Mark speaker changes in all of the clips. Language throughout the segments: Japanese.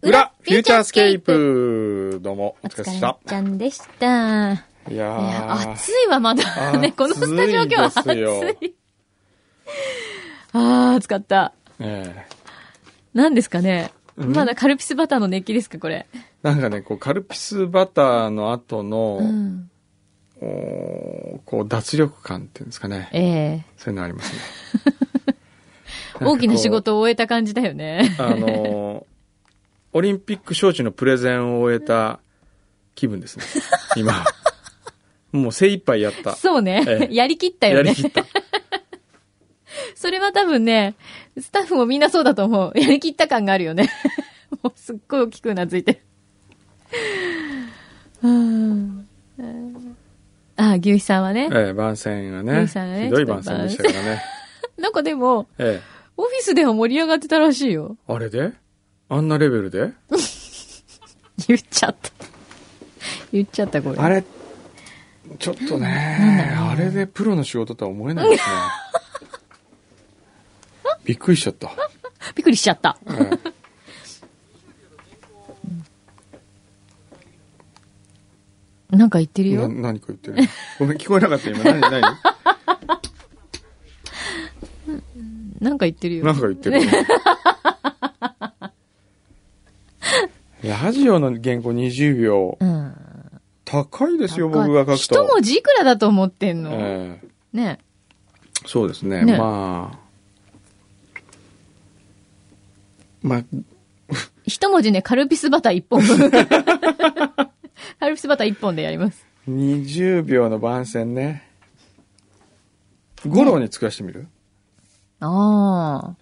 Speaker 1: フューチャースケープどうも、お
Speaker 2: お
Speaker 1: 疲れ様でし
Speaker 2: 疲れ様
Speaker 1: た。
Speaker 2: ちゃんでした。い
Speaker 1: いやー
Speaker 2: や、暑いわ、まだ。 ね、このスタジオ今日は
Speaker 1: 暑
Speaker 2: 暑
Speaker 1: いですよ
Speaker 2: い。あー、暑かった。
Speaker 1: え
Speaker 2: 何ですかね
Speaker 1: うん
Speaker 2: まだカルピスバターの熱気ですか、これ。
Speaker 1: えなんかね、こう、カルピスバターの後の、
Speaker 2: うん。
Speaker 1: おーこう、脱力感っていうんですかね。
Speaker 2: ええ。
Speaker 1: そういうのありますね。
Speaker 2: 大きな仕事を終えた感じだよね。
Speaker 1: あのー、オリンピック招致のプレゼンを終えた気分 ですね。今。もう精一杯やった。
Speaker 2: そう
Speaker 1: え
Speaker 2: ね。
Speaker 1: え
Speaker 2: やりきった
Speaker 1: や
Speaker 2: よ
Speaker 1: り
Speaker 2: ね。
Speaker 1: きった。
Speaker 2: それは多分ね、スタッフもみんなそうだと思う。や りきった感があるよね。 もうすっごい大きくうなずいてる。うんあ、牛肥さんはね。
Speaker 1: ええ、番宣がね
Speaker 2: 兄さんがね
Speaker 1: ひどい番宣でしたからね。
Speaker 2: なんかでも、
Speaker 1: え
Speaker 2: オフィスでは盛り上がってたらしいよ。
Speaker 1: え。あれであんなレベルで
Speaker 2: 言っちゃった。言っちゃった、これ。
Speaker 1: あれ、ちょっとね、あれでプロの仕事とは思えない ですね。びっくりしちゃった。
Speaker 2: びっくりしちゃった。
Speaker 1: ええ
Speaker 2: なんか言ってる
Speaker 1: な
Speaker 2: よ。
Speaker 1: 何か言ってる。ごめん、聞こえなかった今。何、 何
Speaker 2: なんか言ってるよ。
Speaker 1: 何か言って る。ラジオの原稿20秒
Speaker 2: う。ん。
Speaker 1: 高いですよ、僕が書く
Speaker 2: 一
Speaker 1: と。
Speaker 2: 文字いくらだと思ってんの、
Speaker 1: ええ
Speaker 2: ね。
Speaker 1: そうですね。
Speaker 2: ね
Speaker 1: まあ。まあ、
Speaker 2: 一文字ね、カルピスバター一 本分。カルピスバター一本でやります。
Speaker 1: 20秒の番宣ね。五郎に作らせてみる、
Speaker 2: あ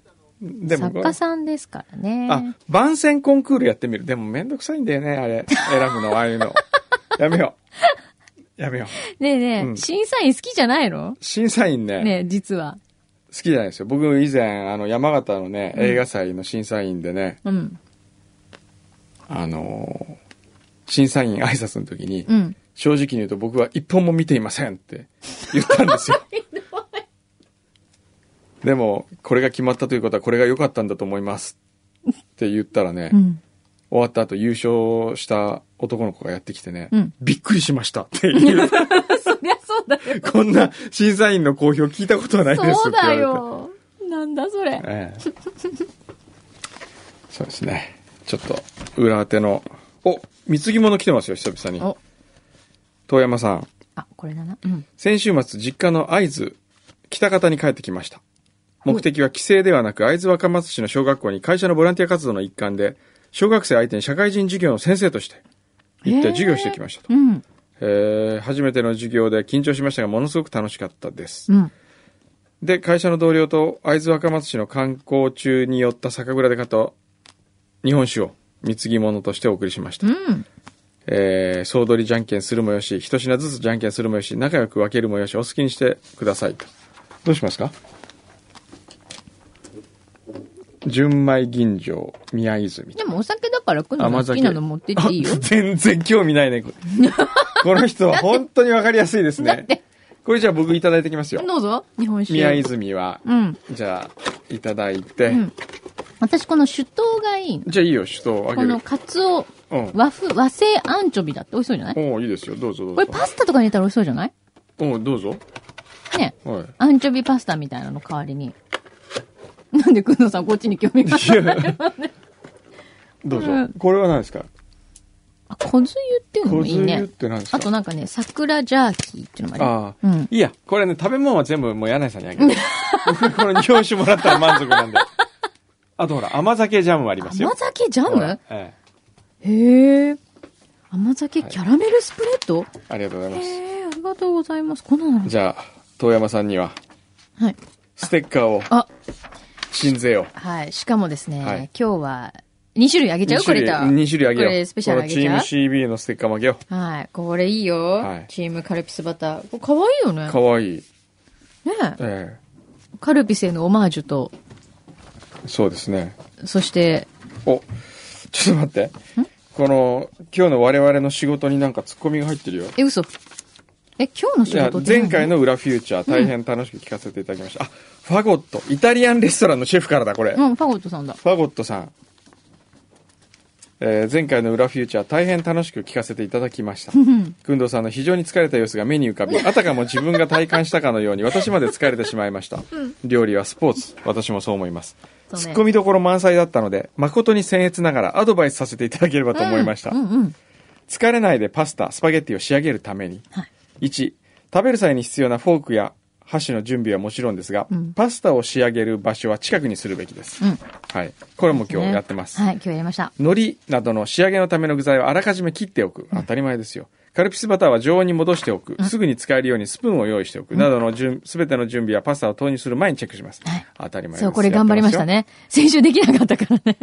Speaker 1: で
Speaker 2: あ。
Speaker 1: も
Speaker 2: 作家さんですからね。
Speaker 1: あ、番宣コンクールやってみる。でもめんどくさいんだよね、あれ。選ぶの、ああ いうの。やめよう。やめよう。
Speaker 2: ねえねえ、
Speaker 1: うん
Speaker 2: 審査員好きじゃないの
Speaker 1: 審査員ね、
Speaker 2: ねえ、実は。
Speaker 1: 好きじゃないですよ。僕以前、あの、山形のね、
Speaker 2: うん
Speaker 1: 映画祭の審査員でね、
Speaker 2: うん。
Speaker 1: あのー審査員挨拶の時に、
Speaker 2: うん。
Speaker 1: 正直に言うと僕は一本も見ていませんって言ったん ですよ。でも、これが決まったということはこれが良かったんだと思いますって言ったらね、
Speaker 2: うん。
Speaker 1: 終わった後優勝した男の子がやってきてね、
Speaker 2: うん
Speaker 1: びっくりしましたっていう、
Speaker 2: そりゃそうだよ。
Speaker 1: こんな審査員の好評聞いたことはないですって
Speaker 2: そう
Speaker 1: 言わ
Speaker 2: だ
Speaker 1: れて。
Speaker 2: よ。なんだそれ。
Speaker 1: ええそうですね。ちょっと裏当ての、お貢ぎ物来てますよ、久々に
Speaker 2: お。、
Speaker 1: 遠山さん。
Speaker 2: あ、これだな。うん。
Speaker 1: 先週末、実家の会津、北方に帰ってきました。目的は帰省ではなく、会津若松市の小学校に会社のボランティア活動の一環で、小学生相手に社会人授業の先生として、行って授業してきましたと。
Speaker 2: うん。
Speaker 1: えー初めての授業で緊張しましたが、ものすごく楽しかったです。
Speaker 2: うん。
Speaker 1: で、会社の同僚と会津若松市の観光中に寄った酒蔵で買った日本酒を貢ぎ物としてお送りしました
Speaker 2: う。ん。
Speaker 1: えー総取りじゃんけんするもよし、一品ずつじゃんけんするもよし、仲良く分けるもよし、お好きにしてくださいと。どうしますか純米吟醸、宮泉と。
Speaker 2: でもお酒だから、くんの
Speaker 1: 甘
Speaker 2: 好
Speaker 1: 酒
Speaker 2: きなの持ってっていいよ
Speaker 1: あ。 全然興味ないね。こ れこの人は本当に分かりやすいですね。これじゃあ僕いただいてきますよ。
Speaker 2: どうぞ、日本酒。
Speaker 1: 宮泉は、
Speaker 2: うん。
Speaker 1: じゃあ、いただいて。
Speaker 2: うん。私、この酒桃がいいの。
Speaker 1: じゃあいいよ、首都をあ
Speaker 2: こ
Speaker 1: げる
Speaker 2: の。カツオ、
Speaker 1: うん。
Speaker 2: 和風、和製アンチョビだって美味しそうじゃない
Speaker 1: おういいですよ。どうぞどう
Speaker 2: これ
Speaker 1: ぞ。
Speaker 2: パスタとかに入れたら美味しそうじゃない
Speaker 1: おうどうぞ。
Speaker 2: ね。
Speaker 1: はい。
Speaker 2: アンチョビパスタみたいなの代わりに。 なんでくんのさんこっちに興味 が
Speaker 1: いや どうぞ
Speaker 2: うん。
Speaker 1: これは何ですか
Speaker 2: あ、小つゆっていうの
Speaker 1: 小
Speaker 2: もいい
Speaker 1: 梅
Speaker 2: ね
Speaker 1: っ。て何ですか
Speaker 2: あとなんかね、桜ジャーキーっていうのもあ
Speaker 1: あ
Speaker 2: る。うん。
Speaker 1: いや、これね、食べ物は全部もう柳井さんにあげる。僕この日本酒もらったら満足なん で。あとほら、甘酒ジャムありますよ
Speaker 2: 甘。酒ジャ
Speaker 1: ほら
Speaker 2: ム
Speaker 1: え
Speaker 2: へえ。甘酒
Speaker 1: はい
Speaker 2: キャラメルスプレッド、
Speaker 1: えありがとうございます。
Speaker 2: へえ、ありがとうございます。こんなのある
Speaker 1: じゃあ、遠山さんには、
Speaker 2: はい。
Speaker 1: ステッカーを、
Speaker 2: あ、
Speaker 1: 鎮税を。
Speaker 2: はい。しかもですね、
Speaker 1: はい
Speaker 2: 今日は2種類あげちゃ
Speaker 1: 2
Speaker 2: うこ
Speaker 1: 種
Speaker 2: れ
Speaker 1: 類、
Speaker 2: と。
Speaker 1: 2種類あげよう。
Speaker 2: これスペシャルあげちゃう
Speaker 1: このチーム CB のステッカーもあげよ
Speaker 2: はい。これいいよ、
Speaker 1: はい
Speaker 2: チームカルピスバター。これ可愛いよね
Speaker 1: う。。かわいい。
Speaker 2: ね
Speaker 1: え
Speaker 2: えカルピスへのオマージュと、
Speaker 1: えそうですね。
Speaker 2: そして、
Speaker 1: お、ちょっと待って。この、今日の我々の仕事になんかツッコミが入ってるよ。
Speaker 2: え、嘘。え、今日の
Speaker 1: い
Speaker 2: 仕
Speaker 1: や
Speaker 2: 事って何
Speaker 1: 前回の裏フューチャー大変楽しく聞かせていただきました。あ、ファゴット。イタリアンレストランのシェフからだ、これ。フ
Speaker 2: うん、パゴットさんだ。
Speaker 1: ァゴットさん。えー前回の裏フューチャー大変楽しく聞かせていただき ました。
Speaker 2: うん
Speaker 1: くんどうさんの非常に疲れた様子が目に浮 かび、あたかも自分が体感したかのように私まで疲れてしまいました。料理はスポーツ、私もそう思います。
Speaker 2: そうね
Speaker 1: ツッコミどころ満載だったので、誠に僭越ながらアドバイスさせていただければと思いました。
Speaker 2: うんうん。
Speaker 1: 疲れないでパスタ、スパゲッティを仕上げるために、
Speaker 2: はい
Speaker 1: 1、食べる際に必要なフォークや箸の準備はもちろんですが、
Speaker 2: うん
Speaker 1: パスタを仕上げる場所は近くにするべきです。
Speaker 2: うん。
Speaker 1: はい。これも今日やってます。
Speaker 2: はい、今日やりました。
Speaker 1: 海苔などの仕上げのための具材はあらかじめ切っておく。当たり前ですよ。カルピスバターは常温に戻しておく。すぐに使えるようにスプーンを用意しておく。などの準すべての準備はパスタを投入する前にチェックします。
Speaker 2: はい
Speaker 1: 当たり前です。
Speaker 2: そう、これ頑張りました。ね。先週できなかったから ね。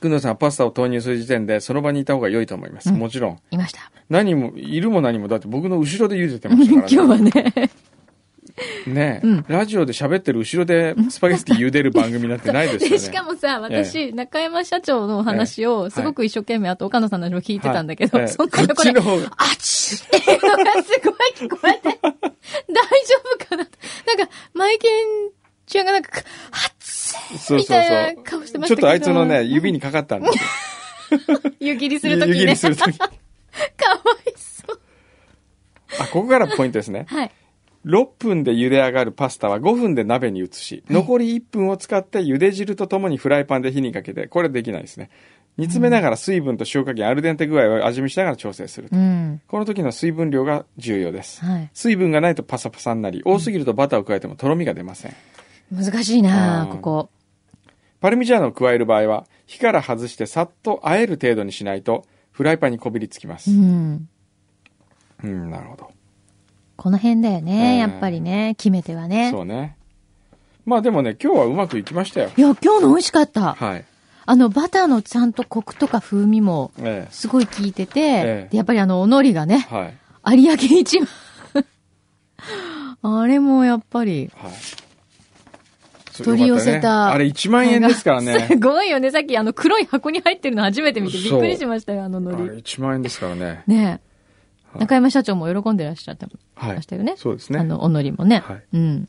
Speaker 1: くんどうさんはパスタを投入する時点でその場にいた方が良いと思います。もちろん。
Speaker 2: いました。
Speaker 1: 何も、いるも何も、だって僕の後ろで茹でてましたか
Speaker 2: 今
Speaker 1: ら
Speaker 2: 日はね。
Speaker 1: ねえ、ラジオで喋ってる後ろでスパゲッティ茹でる番組なんてないです よね。
Speaker 2: で、しかもさ、私、中山社長のお話
Speaker 1: ええ
Speaker 2: を、すごく一生懸命、あと岡野さんの話も聞いてたんだけど、
Speaker 1: はいええ
Speaker 2: その横で、
Speaker 1: こっちの方が
Speaker 2: あちっていうのがすごい聞こえて、大丈夫かなとなんか、マイケンちゃんがなんか、あち
Speaker 1: そう
Speaker 2: み
Speaker 1: そう
Speaker 2: たいな
Speaker 1: そ
Speaker 2: 顔して
Speaker 1: う。
Speaker 2: ま
Speaker 1: ち
Speaker 2: し
Speaker 1: ょっ
Speaker 2: たけど。
Speaker 1: とあいつのね、、指にかかったんですよ。
Speaker 2: 湯切りするとき
Speaker 1: 湯切
Speaker 2: ね。
Speaker 1: りするとき。あ、
Speaker 2: かわいそう。
Speaker 1: ここからポイントですね。
Speaker 2: はい。
Speaker 1: 6分で茹で上がるパスタは5分で鍋に移し、残り1分を使って茹で汁とともにフライパンで火にかけて、これできないですね。煮詰めながら水分と塩加減、アルデンテ具合を味見しながら調整する と。
Speaker 2: うん。
Speaker 1: この時の水分量が重要です。
Speaker 2: はい
Speaker 1: 水分がないとパサパサになり、多すぎるとバターを加えてもとろみが出ません。
Speaker 2: 難しいなあ
Speaker 1: うん
Speaker 2: ここ。
Speaker 1: パルミジャーノを加える場合は、火から外してさっと和える程度にしないと、フライパンにこびりつきま
Speaker 2: う
Speaker 1: す。
Speaker 2: ん。
Speaker 1: うん、なるほど。
Speaker 2: この辺だよ
Speaker 1: ええ
Speaker 2: ね、やっぱりね。決め手はね。
Speaker 1: そうね。まあでもね、今日はうまくいきましたよ。
Speaker 2: いや、今日の美味しかった。
Speaker 1: はい。
Speaker 2: あの、バターのちゃんとコクとか風味も、
Speaker 1: え
Speaker 2: すごい効いてて、
Speaker 1: ええ
Speaker 2: でやっぱりあの、お海苔がね
Speaker 1: え。、はい。
Speaker 2: 有明一番。 あれもやっぱり、
Speaker 1: はい。そう
Speaker 2: 取り寄せた
Speaker 1: よかっねあれ1万円ですからね
Speaker 2: す。ごいよね。さっきあの黒い箱に入ってるの初めて見てびっくりしましたよ、あの
Speaker 1: あれ
Speaker 2: 海苔。
Speaker 1: 1万円ですからね。
Speaker 2: ねえ。
Speaker 1: はい
Speaker 2: 中山社長も喜んでらっしゃって
Speaker 1: は
Speaker 2: ま
Speaker 1: い
Speaker 2: し。たよね。
Speaker 1: そうですね
Speaker 2: あ。の、お海苔もね。
Speaker 1: はい
Speaker 2: うん。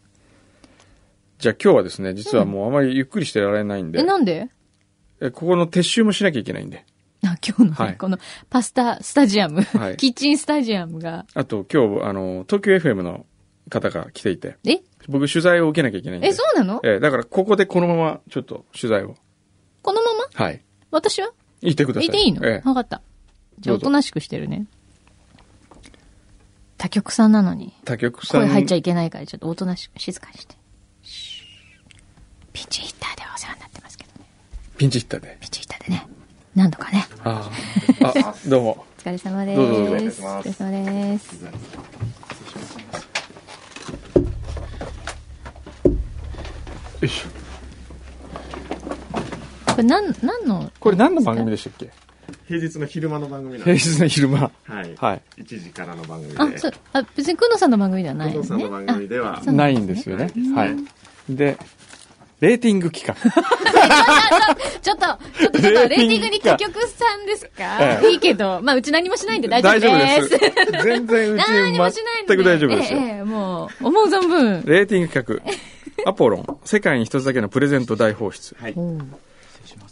Speaker 1: じゃあ今日はですね、実はもうあまりゆっくりしてられないんで
Speaker 2: え、、なんで
Speaker 1: えここの撤収もしなきゃいけないんで。
Speaker 2: あ今日のね、
Speaker 1: はい
Speaker 2: このパスタスタジアム、
Speaker 1: はい
Speaker 2: キッチンスタジアムが、
Speaker 1: あと今日、あの、東京 FM の方が来ていて、
Speaker 2: え
Speaker 1: 僕取材を受けなきゃいけないんで。
Speaker 2: え、そうなの
Speaker 1: ええだからここでこのままちょっと取材を。
Speaker 2: このまま
Speaker 1: はい。
Speaker 2: 私は
Speaker 1: 言ってください。
Speaker 2: いていいの、
Speaker 1: ええ
Speaker 2: わかった。じ
Speaker 1: ど
Speaker 2: ゃあ、
Speaker 1: う
Speaker 2: お
Speaker 1: ぞ
Speaker 2: となしくしてるね。他局さんなのに、
Speaker 1: 他局さん。
Speaker 2: 声入っちゃいけないから、ちょっとおとなしく、静かにして。シューピンチヒッターではお世話になってますけどね。
Speaker 1: ピンチヒッターで。
Speaker 2: ピンチヒッターでね。何度かね。
Speaker 1: あ あ。あ、どうも。
Speaker 2: お疲れ様で
Speaker 1: どうぞどうぞ
Speaker 2: す。お疲れ様です。
Speaker 1: よいしょ
Speaker 2: これ、なん、なんの、
Speaker 1: これ何の番組でしたっけ
Speaker 3: 平日の昼間の番組なん
Speaker 1: 平
Speaker 3: です。
Speaker 1: 日の昼間。
Speaker 3: はい。
Speaker 1: はい。
Speaker 3: 1時からの番組で。
Speaker 2: あ、そう、あ、別にくのさんの番組ではない
Speaker 3: 工
Speaker 2: よ
Speaker 3: 藤
Speaker 2: ね。
Speaker 3: さんの番組では、
Speaker 2: そう
Speaker 1: ないんですよね。はい。で、レーティング企画。
Speaker 2: ちょっと、ちょっと、ちょっと、レーティングに他局さんですか、
Speaker 1: ええ
Speaker 2: いいけど、まあ、うち何もしないんで大丈夫です。
Speaker 1: す。全然うち
Speaker 2: 何もしないんで。
Speaker 1: 全く大丈夫ですよ
Speaker 2: ええ。ええもう、思う存分。
Speaker 1: レーティング企画。 アポロン、世界に一つだけのプレゼント大放出。
Speaker 3: はい。
Speaker 2: おう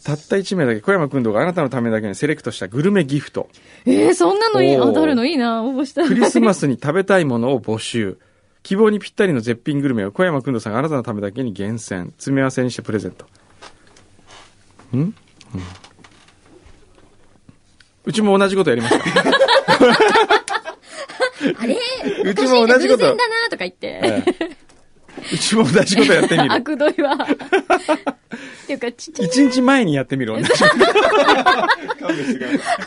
Speaker 1: たった1名だけ、小山君堂があなたのためだけにセレクトしたグルメギフト。
Speaker 2: ええそんなのいい、
Speaker 1: お
Speaker 2: あ、
Speaker 1: う
Speaker 2: 当たるのいいな、応募したい。
Speaker 1: クリスマスに食べたいものを募集。希望にぴったりの絶品グルメを小山君堂さんがあなたのためだけに厳選。詰め合わせにしてプレゼント。ん、うん、うちも同じことやりました。
Speaker 2: あれ
Speaker 1: うちも同じこと
Speaker 2: 偶然だな、とか言って。
Speaker 1: うちも同じことやってみる。
Speaker 2: 悪 どいわ。っていうか、ちっちゃい。
Speaker 1: 一日前にやってみる、同じ こと
Speaker 3: 勘弁してください。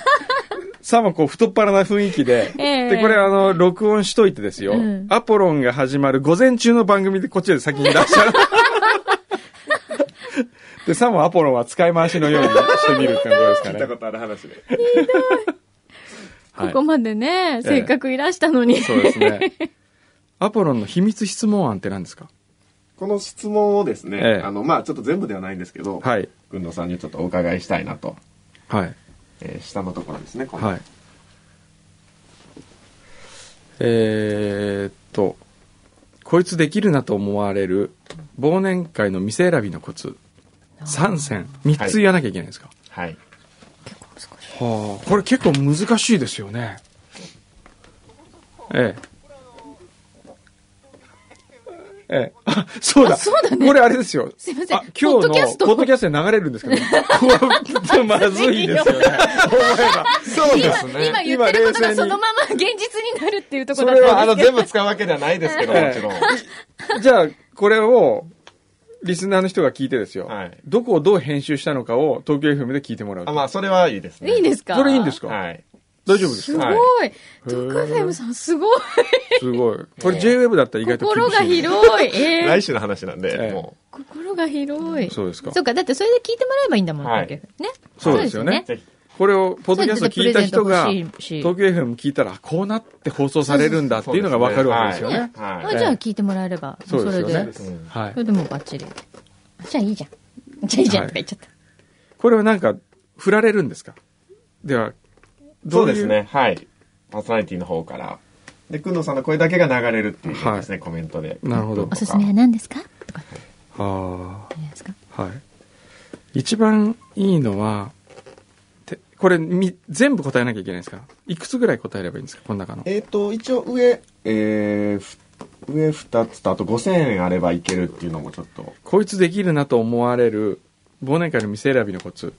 Speaker 1: さもこう太っ腹な雰囲気で、
Speaker 2: ええ
Speaker 1: で、これあの、録音しといてですよ、
Speaker 2: うん
Speaker 1: アポロンが始まる午前中の番組でこっちで先に出した ら。で、さもアポロンは使い回しのようにしてみるってことですか
Speaker 3: 聞いた
Speaker 1: ね
Speaker 3: こ。とある話で。
Speaker 2: こ
Speaker 1: はい
Speaker 2: こ。までね、せっかくいらしたのに。
Speaker 1: そうですね。 アポロンの秘密質問案って何ですか
Speaker 3: この質問をですね、
Speaker 1: ええ
Speaker 3: あの、まあちょっと全部ではないんですけど、
Speaker 1: はい。
Speaker 3: くんどさんにちょっとお伺いしたいなと。
Speaker 1: はい。
Speaker 3: えー下のところですね、この
Speaker 1: はい。えーっと、こいつできるなと思われる忘年会の店選びのコツ、3選、3つ言わなきゃいけないんですか、
Speaker 3: はい。
Speaker 1: はあ、これ結構難しいですよね。ええ。ええ。あ、そうだ。
Speaker 2: あそうだね
Speaker 1: これあれですよ。
Speaker 2: すいません
Speaker 1: あ、今
Speaker 2: ポッ
Speaker 1: 日の
Speaker 2: ドキャスト
Speaker 1: ポッドキャストで流れるんですけど、これまずいですよね。
Speaker 3: そう
Speaker 2: 今
Speaker 3: ですね。
Speaker 2: 今言って
Speaker 1: 今
Speaker 2: ること
Speaker 1: 冷静
Speaker 2: が
Speaker 1: に
Speaker 2: そのまま現実になるっていうとこ
Speaker 3: そ
Speaker 2: ろだ
Speaker 3: れはあ
Speaker 2: った
Speaker 3: の
Speaker 2: んですけ
Speaker 3: 全
Speaker 2: ど。
Speaker 3: 部使うわけではないですけど、もちろん。
Speaker 1: じゃあ、これを、リスナーの人が聞いてですよ。
Speaker 3: はい
Speaker 1: どこをどう編集したのかを東京 FM で聞いてもらう
Speaker 3: あ。まあ、それはいいですね。
Speaker 2: いいですか
Speaker 1: それいいんですか
Speaker 3: はい。
Speaker 1: 大丈夫です
Speaker 2: す
Speaker 1: か
Speaker 2: ご
Speaker 3: はいい。
Speaker 2: 東京 FM さんすごい。
Speaker 1: すごい。これ JWEB だったら意外と
Speaker 2: 心が
Speaker 1: 厳しいね。
Speaker 2: 広い。えー
Speaker 3: 来週の話なん
Speaker 1: ええ
Speaker 3: で、も
Speaker 2: 心が広い。
Speaker 1: そうですか
Speaker 2: そうか、だってそれで聞いてもらえばいいんだもん、
Speaker 3: はい
Speaker 2: 東京 FM ね。
Speaker 1: そうですよね
Speaker 3: う、ぜひ。
Speaker 1: これを、ポッドキャスト聞いた人が、
Speaker 2: そうですねプレゼント欲しいし
Speaker 1: 東京 FM 聞いたら、こうなって放送されるんだっていうのがわかるわけですよ
Speaker 3: そう
Speaker 1: ね
Speaker 3: で。すはい
Speaker 2: あじゃあ聞いてもらえれば、
Speaker 1: そうですよね
Speaker 2: れで。
Speaker 3: うん
Speaker 1: はい
Speaker 2: そ。れでもうバッチリ。じゃあいいじゃん。じゃあいいじゃん
Speaker 1: はい
Speaker 2: とか言っちゃった。
Speaker 1: これはなんか、振られるんですかでは、
Speaker 3: そ
Speaker 1: ど
Speaker 3: う
Speaker 1: い
Speaker 3: です。ね。はい。パーソナリティの方から。で、くんのさんの声だけが流れるっていうですね、コメントで。
Speaker 1: なるほど
Speaker 2: おすすめは何ですかとかって
Speaker 1: は
Speaker 2: 言うんですか
Speaker 1: あ。はい。一番いいのは、てこれみ、全部答えなきゃいけないんですかいくつぐらい答えればいいんですかこの中の。
Speaker 3: えっ、と、一応上、えー、ふ上2つとあと5000円あればいけるっていうのもちょっと。
Speaker 1: こいつできるなと思われる、忘年会の店選びのコツ。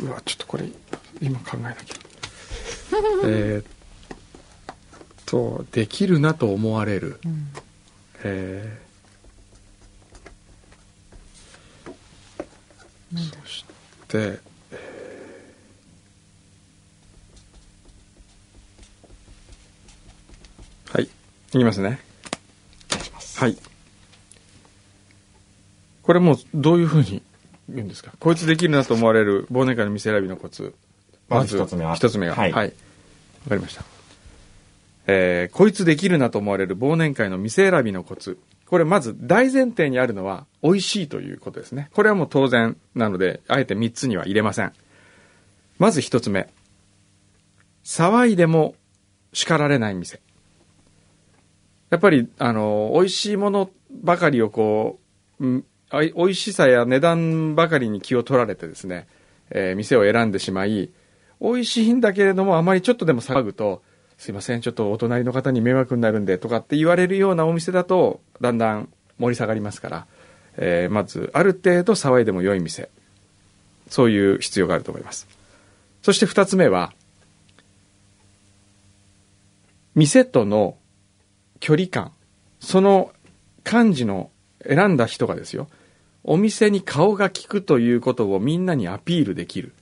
Speaker 1: うわ、ちょっとこれ、今考えな きゃ。えーっと、できるなと思われる。
Speaker 2: うん
Speaker 1: え
Speaker 2: なんだ
Speaker 1: ー、そして、えーはい。いきますね。はい。これもうどういうふうに言うんですかこいつできるなと思われる忘年会の店選びのコツ。
Speaker 3: まず一つ目は
Speaker 1: 一つ目は。は。
Speaker 3: はいい
Speaker 1: わ、かりました。えーこいつできるなと思われる忘年会の店選びのコツ。これまず大前提にあるのは美味しいということですね。これはもう当然なので、あえて3つには入れません。まず1つ目。騒いでも叱られない店。やっぱり、あの、美味しいものばかりをこう、うんあい美味しさや値段ばかりに気を取られてですね、えー店を選んでしまい、美味しいんだけれども、あまりちょっとでも騒ぐと、すいません、ちょっとお隣の方に迷惑になるんで、とかって言われるようなお店だと、だんだん盛り下がりますから、えーまず、ある程度騒いでも良い店。そういう必要があると思います。そして二つ目は、店との距離感その漢字の選んだ人がですよお店に顔が利くということをみんなにアピールできる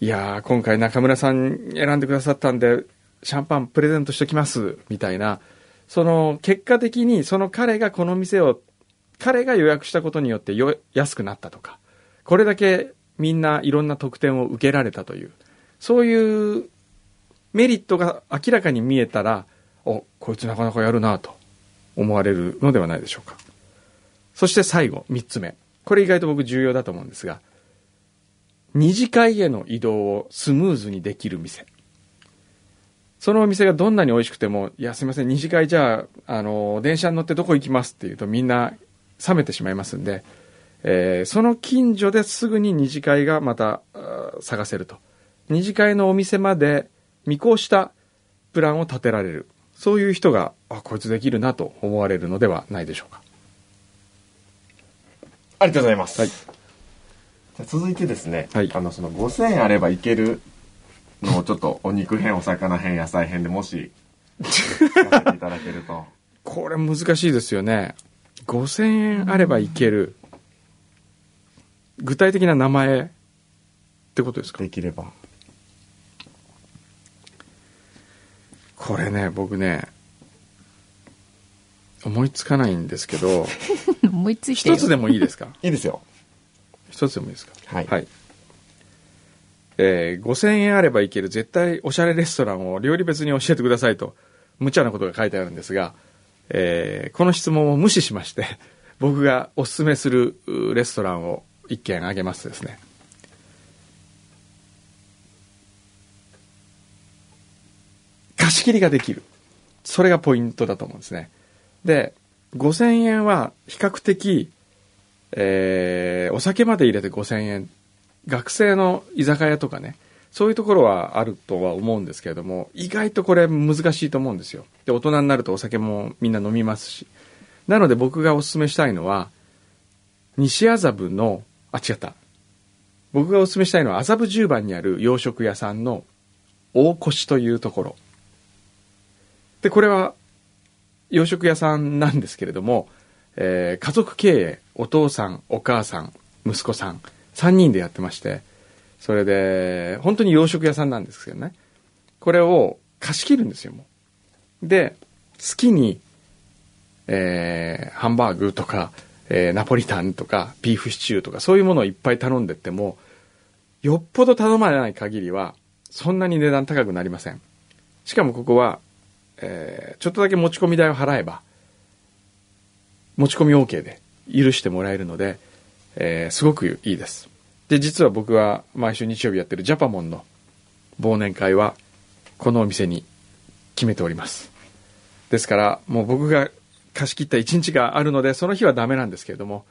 Speaker 1: いやー今回中村さん選んでくださったんでシャンパンプレゼントしてきますみたいなその結果的にその彼がこの店を彼が予約したことによってよ安くなったとかこれだけみんないろんな特典を受けられたというそういうメリットが明らかに見えたらおこいつなかなかやるなと思われるのではないでしょうかそして最後3つ目これ意外と僕重要だと思うんですが二次会への移動をスムーズにできる店そのお店がどんなに美味しくても「いやすいません二次会じゃああの電車に乗ってどこ行きます」って言うとみんな冷めてしまいますんで、えーその近所ですぐに二次会がまたあー探せると二次会のお店まで見越したプランを立てられるそういう人があこいつできるなと思われるのではないでしょうか
Speaker 3: ありがとうございます。
Speaker 1: はい
Speaker 3: じゃあ続いてですね、
Speaker 1: はい
Speaker 3: あの、その5000円あればいけるのをちょっとお肉編、お魚編、野菜編でも し、やっていただけると。
Speaker 1: これ難しいですよね5000円あればいける具体的な名前ってことですか
Speaker 3: できれば。
Speaker 1: これね僕ね思いつかないんですけど
Speaker 2: 思いついて
Speaker 1: 一
Speaker 2: よ
Speaker 1: つでもいいですか
Speaker 3: いいですよ。
Speaker 1: 一つでもいいですか
Speaker 3: はい
Speaker 1: えー5000円あればいける絶対おしゃれレストランを料理別に教えてくださいと無茶なことが書いてあるんですが、えーこの質問を無視しまして 僕がおすすめするうレストランを一軒あげますとですね貸し切りができるそれがポイントだと思うんですねで5000円は比較的えーお酒まで入れて5000円学生の居酒屋とかねそういうところはあるとは思うんですけれども、意外とこれ難しいと思うんですよ。で、大人になるとお酒もみんな飲みますし。なので僕がおすすめしたいのは、西麻布の、あ、違った。僕がおすすめしたいのは麻布十番にある洋食屋さんの大越というところ。で、これは洋食屋さんなんですけれども、えー家族経営、お父さん、お母さん、息子さん、3人でやってまして、それで、本当に洋食屋さんなんですけどね。これを貸し切るんですよ、もう。で、月に、えーハンバーグとか、えーナポリタンとか、ビーフシチューとか、そういうものをいっぱい頼んでっても、よっぽど頼まれない限りは、そんなに値段高くなりません。しかもここは、えーちょっとだけ持ち込み代を払えば、持ち込み OK で許してもらえるので、えーすごくいいです。で、実は僕は毎週日曜日やってるジャパモンの忘年会は、このお店に決めております。ですから、もう僕が貸し切った一日があるので、その日はダメなんですけれども、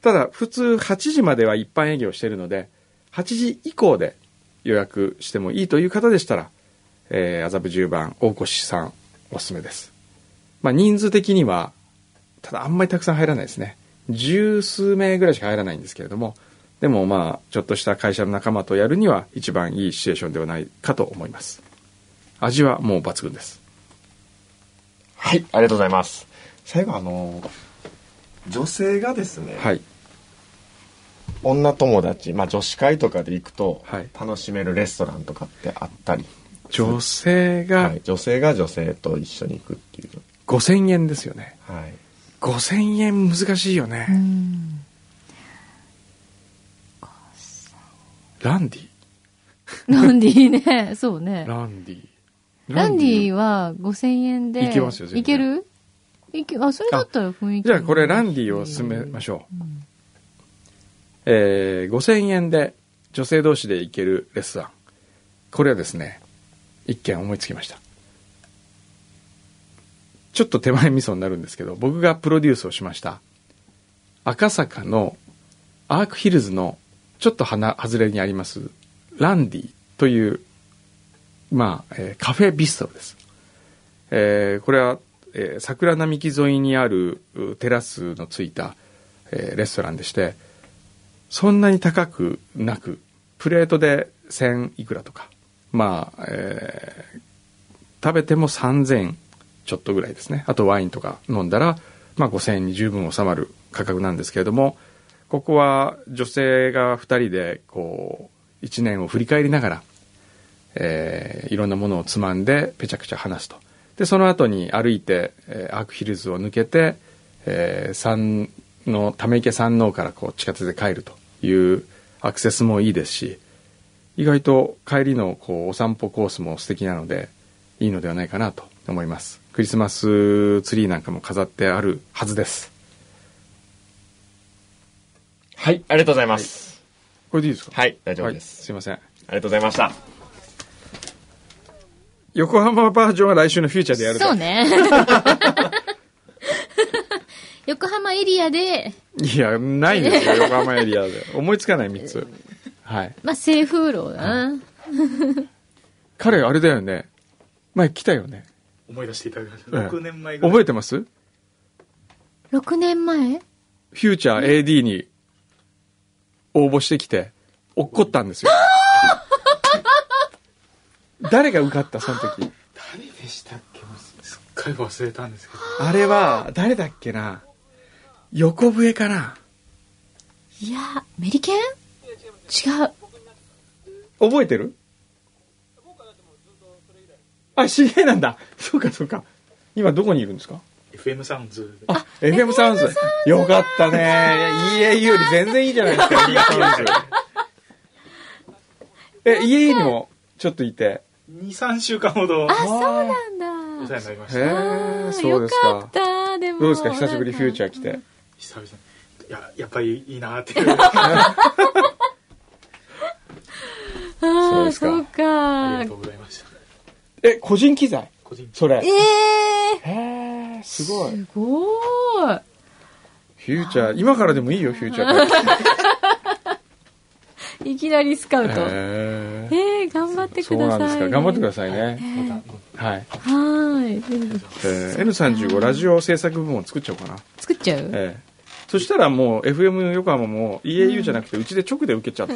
Speaker 1: ただ、普通8時までは一般営業してるので、8時以降で予約してもいいという方でしたら、えー、麻布十番、大越さん、おすすめです。まあ、人数的には、ただあんまりたくさん入らないですね。十数名ぐらいしか入らないんですけれども、でもまあ、ちょっとした会社の仲間とやるには一番いいシチュエーションではないかと思います。味はもう抜群です。
Speaker 3: はい、ありがとうございます。最後、あの、女性がですね、
Speaker 1: はい。
Speaker 3: 女友達、まあ女子会とかで行くと
Speaker 1: はい、
Speaker 3: 楽しめるレストランとかってあったり、
Speaker 1: 女性
Speaker 3: は
Speaker 1: が
Speaker 3: い、女性が女性と一緒に行くっていう。
Speaker 1: 5000円ですよね。
Speaker 3: はい。
Speaker 1: 5000円難しいよ
Speaker 2: う
Speaker 1: ね。
Speaker 2: ん。
Speaker 1: ランディ。
Speaker 2: ランディね、そうね。
Speaker 1: ランディ。
Speaker 2: ランディは5000円で。
Speaker 1: いけますよ全然
Speaker 2: いけるいけ、あ、それだったら雰囲気。
Speaker 1: じゃあこれランディを進めましょう。えー、5000円で女性同士で行けるレストラン。これはですね、一件思いつきました。ちょっと手前味噌になるんですけど、僕がプロデュースをしました。赤坂のアークヒルズのちょっと花外れにあります、ランディという、まあ、えーカフェビストロです。えーこれは、えー桜並木沿いにあるうテラスのついた、えーレストランでしてそんなに高くなくプレートで1000いくらとかまあ、えー食べても3000ちょっとぐらいですねあとワインとか飲んだら、まあ、5000円に十分収まる価格なんですけれどもここは女性が2人でこう1年を振り返りながらえーいろんなものをつまんでぺちゃくちゃ話すとでその後に歩いて、えーアークヒルズを抜けて、えー山のため池山王からこう地下鉄で帰るというアクセスもいいですし意外と帰りのこうお散歩コースも素敵なのでいいのではないかなと思いますクリスマスツリーなんかも飾ってあるはずです
Speaker 3: はい、ありがとうございます。
Speaker 1: これでいいですか
Speaker 3: はい、大丈夫で
Speaker 1: はい
Speaker 3: す。
Speaker 1: すいません
Speaker 3: ありがとうございました。
Speaker 1: 横浜バージョンは来週のフューチャーでやると
Speaker 2: そう ね。横浜エリアで、
Speaker 1: いや、ないですよ、横浜エリアで。思いつかない、3つ。はい。
Speaker 2: まあ、西風楼だな。
Speaker 1: 彼、あれだよね。前来たよね。
Speaker 4: 思い出していただきまし
Speaker 1: え
Speaker 4: た。
Speaker 1: え
Speaker 4: 6年前ぐらい。
Speaker 1: 覚えてますフ
Speaker 2: 6年前
Speaker 1: ューチャー AD に応募してきて、落っこったんですよ。誰が受かった、その時。
Speaker 4: 誰でしたっけもうすっかり忘れたんですけど。
Speaker 1: あれは、誰だっけな横笛かない
Speaker 2: や、メリケン違う。
Speaker 1: 覚えてるあ、知り合いなんだ。そうか、そうか。今、どこにいるんですか
Speaker 4: FM サウンズで。
Speaker 1: あ、FM サウンズ。よかったね。家より全然いいじゃないですか、FM サウンズ。え、家にもちょっといて。
Speaker 4: 2、3週間ほど、お
Speaker 2: あ、
Speaker 4: 世
Speaker 2: そうなんだ。
Speaker 4: 話になりまし
Speaker 1: へ
Speaker 2: あ
Speaker 4: た。
Speaker 1: え、
Speaker 2: ー
Speaker 1: そう
Speaker 2: よ
Speaker 1: です
Speaker 2: か
Speaker 1: か
Speaker 2: っ。た、でも。
Speaker 1: どうですか、久しぶりフューチャー
Speaker 2: 来
Speaker 1: 来て。
Speaker 4: 久々に。いや、やっぱりいいなっていう。
Speaker 2: あ
Speaker 1: う
Speaker 2: あ、
Speaker 1: ですか
Speaker 2: そう
Speaker 4: あ
Speaker 2: か
Speaker 4: りがと。うございました。
Speaker 1: え、個人機材
Speaker 4: 個人的
Speaker 1: それ。
Speaker 2: え
Speaker 1: へ
Speaker 2: え
Speaker 1: え、すごい。
Speaker 2: すごーい。
Speaker 1: フューチャー、今からでもいいよ、フューチャーから。
Speaker 2: いきなりスカウト。
Speaker 1: へ
Speaker 2: えー、頑張って
Speaker 1: そ
Speaker 2: く
Speaker 1: う
Speaker 2: だ
Speaker 1: な
Speaker 2: さい、
Speaker 1: んですか。頑張ってくださいね。
Speaker 4: また乗っ
Speaker 1: はい。
Speaker 2: はーい。
Speaker 1: えー N35 ラジオ制作部門を作っちゃおうかな。
Speaker 2: 作っちゃう、
Speaker 1: ええそしたらもう FM 横浜も EAU じゃなくてうちで直で受けちゃ って。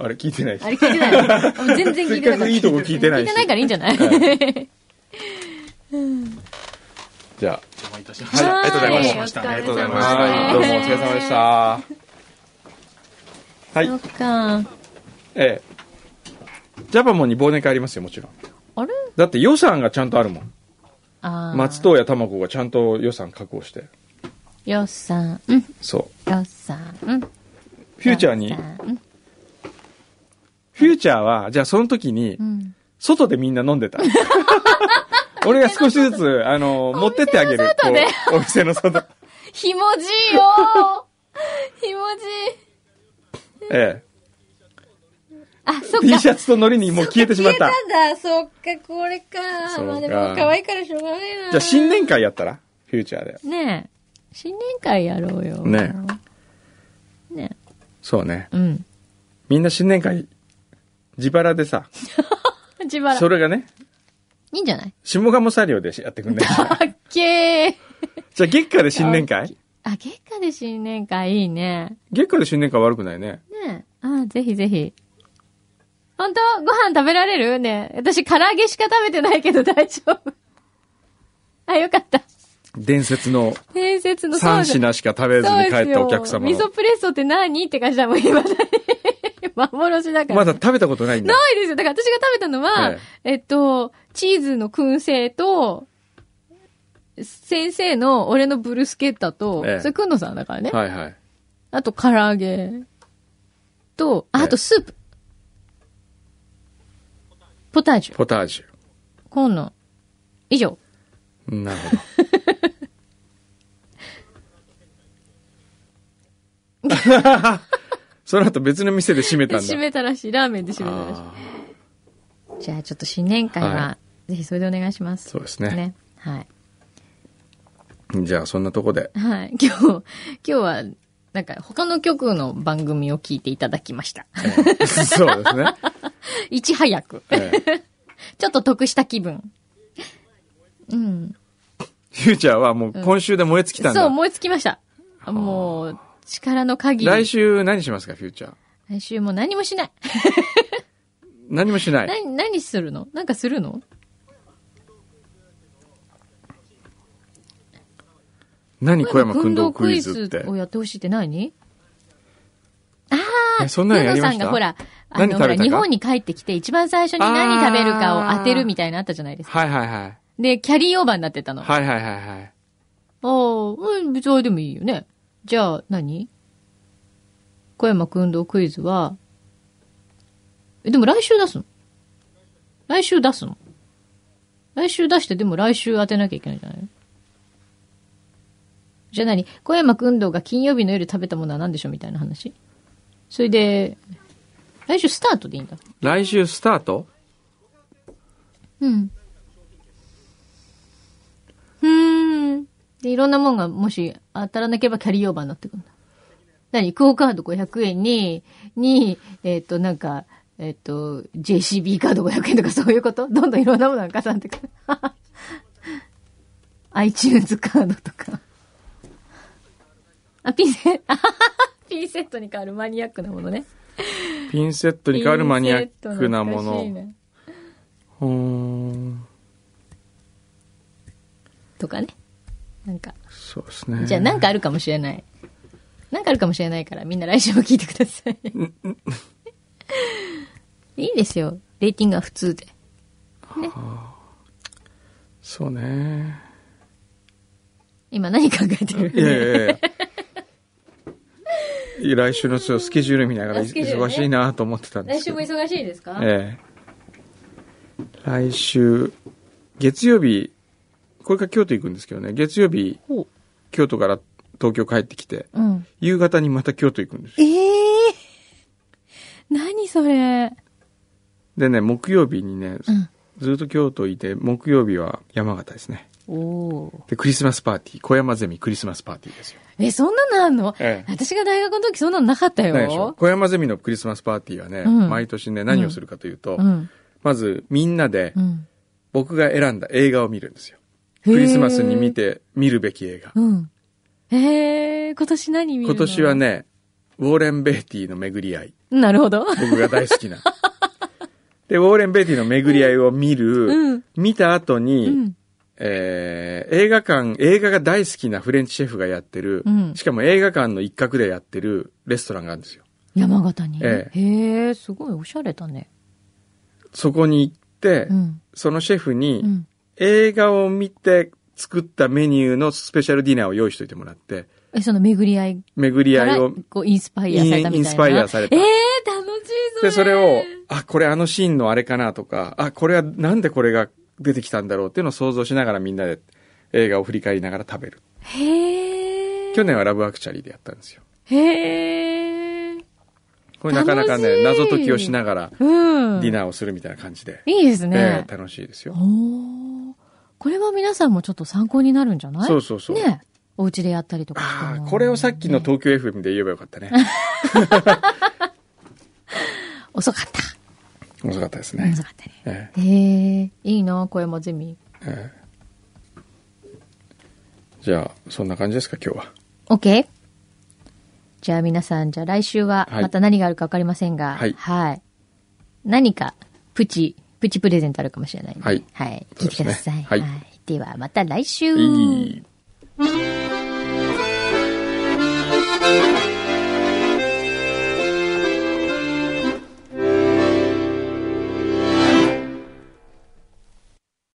Speaker 1: あれ聞いてないです
Speaker 2: あれ聞い てないの全然聞
Speaker 1: せ
Speaker 2: い
Speaker 1: ってか
Speaker 2: なかった。
Speaker 1: くいいとこ聞いてないし。
Speaker 2: からいいんじゃない、
Speaker 1: じゃ
Speaker 4: 邪魔いたしま
Speaker 1: あ、
Speaker 4: し
Speaker 1: はい、あ
Speaker 2: は
Speaker 1: りが
Speaker 2: い
Speaker 1: とうございました。
Speaker 2: お疲れ
Speaker 1: あり
Speaker 2: 様でした
Speaker 1: がとうございました。はいどうもお疲れ様でした。は
Speaker 2: そっ
Speaker 1: い、
Speaker 2: か。
Speaker 1: ええジャパモンに忘年会ありますよ、もちろん。
Speaker 2: あれ
Speaker 1: だって予算がちゃんとあるもん。
Speaker 2: ああ。
Speaker 1: 松。任谷玉子がちゃんと予算確保して。
Speaker 2: よっさん。うん。
Speaker 1: そう。
Speaker 2: よっさん。うん。フ
Speaker 1: フューチャーに、
Speaker 2: うん。
Speaker 1: フューチャーは、じゃあその時に、
Speaker 2: うん。
Speaker 1: 外でみんな飲ん でた。俺が少しずつ、あの、持ってってあげる。こうお店の外。
Speaker 2: ひもじいよー ひもじ
Speaker 1: ええ。
Speaker 2: い。あ、そっか。
Speaker 1: T シャツとノリにもう消えてしまった。じ
Speaker 2: 消えたんだ。そっか、これか。
Speaker 1: そうか
Speaker 2: まあでも、可愛いからしょうがないな。
Speaker 1: ゃあ新年会やったらフューチャーで。
Speaker 2: ねえ。新年会やろうよ。
Speaker 1: ね
Speaker 2: え。ね
Speaker 1: そうね。
Speaker 2: え。うん。
Speaker 1: みんな新年会、自腹でさ、
Speaker 2: 自腹。
Speaker 1: それがね、
Speaker 2: いいんじゃない
Speaker 1: 下鴨サリオでやってくん ね。
Speaker 2: あっけー。
Speaker 1: じゃあ月下で新年会
Speaker 2: あ、月下で新年会いいね。
Speaker 1: 月下で新年会悪くないね。
Speaker 2: ねえ。あ、ぜひぜひ。本当ご飯食べられるねえ私、唐揚げしか食べてないけど大丈夫。あ、よかった。
Speaker 1: 伝説の
Speaker 2: 伝説の
Speaker 1: 3
Speaker 2: そうだ
Speaker 1: 品しか食べず
Speaker 2: そう
Speaker 1: に
Speaker 2: です
Speaker 1: 帰
Speaker 2: よ
Speaker 1: ったお客様
Speaker 2: 味噌
Speaker 1: の。
Speaker 2: プレッソって何って感じだもん、今だに。 幻だから。
Speaker 1: まだ食べたことないんだ。
Speaker 2: ないですよ。だから私が食べたのは、
Speaker 1: え
Speaker 2: えっと、チーズの燻製と、先生の俺のブルスケッタと、
Speaker 1: ええ
Speaker 2: それくんのさんだからね。
Speaker 1: はいはい。
Speaker 2: あと唐揚げと、
Speaker 1: え
Speaker 2: あ
Speaker 1: え
Speaker 2: あとスープ。ポタージュ。
Speaker 1: ポタージ
Speaker 2: こんなん。以上。
Speaker 1: ュ。なるほ ど。その後別の店で閉め
Speaker 2: で、
Speaker 1: たんだ
Speaker 2: 締。めたらしい。ラーメンで締めたらし
Speaker 1: あー
Speaker 2: い。じゃあちょっと新年会は、
Speaker 1: は
Speaker 2: ぜひそれでお願いします。
Speaker 1: そうですね
Speaker 2: ね。はい。
Speaker 1: じゃあそんなとこで。
Speaker 2: はい。 今日、今日は、なんか他の局の番組を聞いていただきま した。
Speaker 1: そうですね。
Speaker 2: いち早く。
Speaker 1: ええ
Speaker 2: ちょっと得した気分。うん。
Speaker 1: フューチャーはもう今週で燃え尽きたんだ。
Speaker 2: そう、燃え尽きました。もう、力の限り。
Speaker 1: 来週何しますか、フューチャー。
Speaker 2: 来週も何もしない。
Speaker 1: 何もしない。
Speaker 2: 何、何するのなんかするの
Speaker 1: 何小山君
Speaker 2: ど
Speaker 1: 堂
Speaker 2: う
Speaker 1: クイズって。
Speaker 2: をやってほしいって何
Speaker 1: えそんなのやりまし
Speaker 2: 工藤さん
Speaker 1: た
Speaker 2: がほら、あ
Speaker 1: 何食べ
Speaker 2: の、ほ
Speaker 1: た
Speaker 2: ら、
Speaker 1: か
Speaker 2: 日本に帰ってきて一番最初に何食べるかを当てるみたいなのあったじゃないですか。
Speaker 1: はいはいはい。
Speaker 2: で、キャリーオーバーになってたの。あ
Speaker 1: はいはいはいはい。
Speaker 2: あ、うん、別にあれでもいいよね。じゃあ何、小山君堂クイズは、え、でも来週出すの来週出すの来週出して、でも来週当てなきゃいけないんじゃないじゃあ何小山君堂が金曜日の夜食べたものは何でしょうみたいな話それで、来週スタートでいいんだ。
Speaker 1: 来週スタート
Speaker 2: うん。うーん。で、いろんなもんがもし当たらなければキャリーオーバーになってくるんだ。何クオカード500円に、に、えっ、と、なんか、えっ、と、JCB カード500円とか そういうことどんどんいろんなものが重なってくる。iTunes カードとか。あ、ピンセット、 ピンセットに変わるマニアックなものね。
Speaker 1: ピンセットに変わるマニアックなも
Speaker 2: ピンセット懐かし
Speaker 1: の。
Speaker 2: いね
Speaker 1: うーん。
Speaker 2: とかね。なんか。
Speaker 1: そうですね。
Speaker 2: じゃあなんかあるかもしれない。なんかあるかもしれないから、みんな来週も聞いてください。いいですよ。レーティングは普通で。
Speaker 1: そうね。
Speaker 2: 今何考えて
Speaker 1: いやい
Speaker 2: る
Speaker 1: やいや。いや来週のそうスケジュール見ながら
Speaker 2: あスケジュール
Speaker 1: 忙
Speaker 2: ね
Speaker 1: しいなと思ってたんで
Speaker 2: 来
Speaker 1: すけ
Speaker 2: 週
Speaker 1: ど
Speaker 2: も。忙しいですか、
Speaker 1: ええ来週、月曜日、これから京都行くんですけどね、月曜日、
Speaker 2: ほ
Speaker 1: 京都から東京帰ってきて、
Speaker 2: う。うん。
Speaker 1: 夕方にまた京都行くんですよ。
Speaker 2: ええ何それ。
Speaker 1: でね、木曜日にね、
Speaker 2: うん。
Speaker 1: ずっと京都いて、木曜日は山形ですね。
Speaker 2: おー
Speaker 1: で、クリスマスパーティー、小山ゼミクリスマスパーティーですよ。
Speaker 2: え、そんなのあんの、
Speaker 1: ええ
Speaker 2: 私が大学の時そんなのなかった
Speaker 1: ないでしょ
Speaker 2: よ。
Speaker 1: 小山ゼミのクリスマスパーティーはね、
Speaker 2: うん
Speaker 1: 毎年ね、何をするかというと、
Speaker 2: うん。
Speaker 1: まずみんなで
Speaker 2: うん。
Speaker 1: 僕が選んだ映画を見るんですよ。
Speaker 2: へー
Speaker 1: クリスマスに見。て、見るべき映画。
Speaker 2: うん。えー、今年何見るの
Speaker 1: 今年は。ね、ウォーレン・ベイティの巡り合い。
Speaker 2: なるほど。
Speaker 1: 僕が大好 きな。で、ウォーレン・ベイティの巡り合いを見る、
Speaker 2: うん。
Speaker 1: 見た後に、
Speaker 2: うん。
Speaker 1: えー映画館、映画が大好きなフレンチシェフがやってる、
Speaker 2: うん
Speaker 1: しかも映画館の一角でやってるレストランがあるんですよ。
Speaker 2: 山形に。
Speaker 1: え
Speaker 2: へえ、すごいおしゃれだね。
Speaker 1: そこに行って、
Speaker 2: うん。
Speaker 1: そのシェフに、
Speaker 2: うん。
Speaker 1: 映画を見て作ったメニューのスペシャルディナーを用意しといてもらって、
Speaker 2: え、その巡り合い
Speaker 1: 巡り
Speaker 2: か
Speaker 1: 合い
Speaker 2: ら
Speaker 1: を、、
Speaker 2: こう、インスパイアされたみたいな。
Speaker 1: インスパイアされた
Speaker 2: えー、楽しいそれ。
Speaker 1: で、それを、あ、これあのシーンのあれかなとか、あ、これはなんでこれが出てきたんだろうっていうのを想像しながらみんなで映画を振り返りながら食べる。
Speaker 2: へえ。
Speaker 1: 去年はラブアクチャリーでやったんですよ。
Speaker 2: へえ。
Speaker 1: これなかなかね、
Speaker 2: 楽しい
Speaker 1: 謎解きをしながら
Speaker 2: うん。
Speaker 1: ディナーをするみたいな感じで。
Speaker 2: いいですね
Speaker 1: え。え楽しいですよ。
Speaker 2: おお。これは皆さんもちょっと参考になるんじゃない
Speaker 1: そうそうそう。
Speaker 2: ね。お家でやったりとかして
Speaker 1: あ
Speaker 2: も
Speaker 1: あ、これをさっきの東京 FM で言えばよかった ね。
Speaker 2: 遅かった。
Speaker 1: 面白かったですね
Speaker 2: 遅。かったね。
Speaker 1: え
Speaker 2: へえ、いいな、小山ゼミ。
Speaker 1: えええじゃあ、そんな感じですか、今日は。
Speaker 2: OK? じゃあ皆さん、じゃあ来週は
Speaker 1: はい
Speaker 2: また何があるかわかりませんが、
Speaker 1: はい
Speaker 2: 何か、プチ、プチプレゼントあるかもしれないので、
Speaker 1: はい
Speaker 2: 聞いてください。
Speaker 1: そうですねはい
Speaker 2: では、また来週。
Speaker 1: いい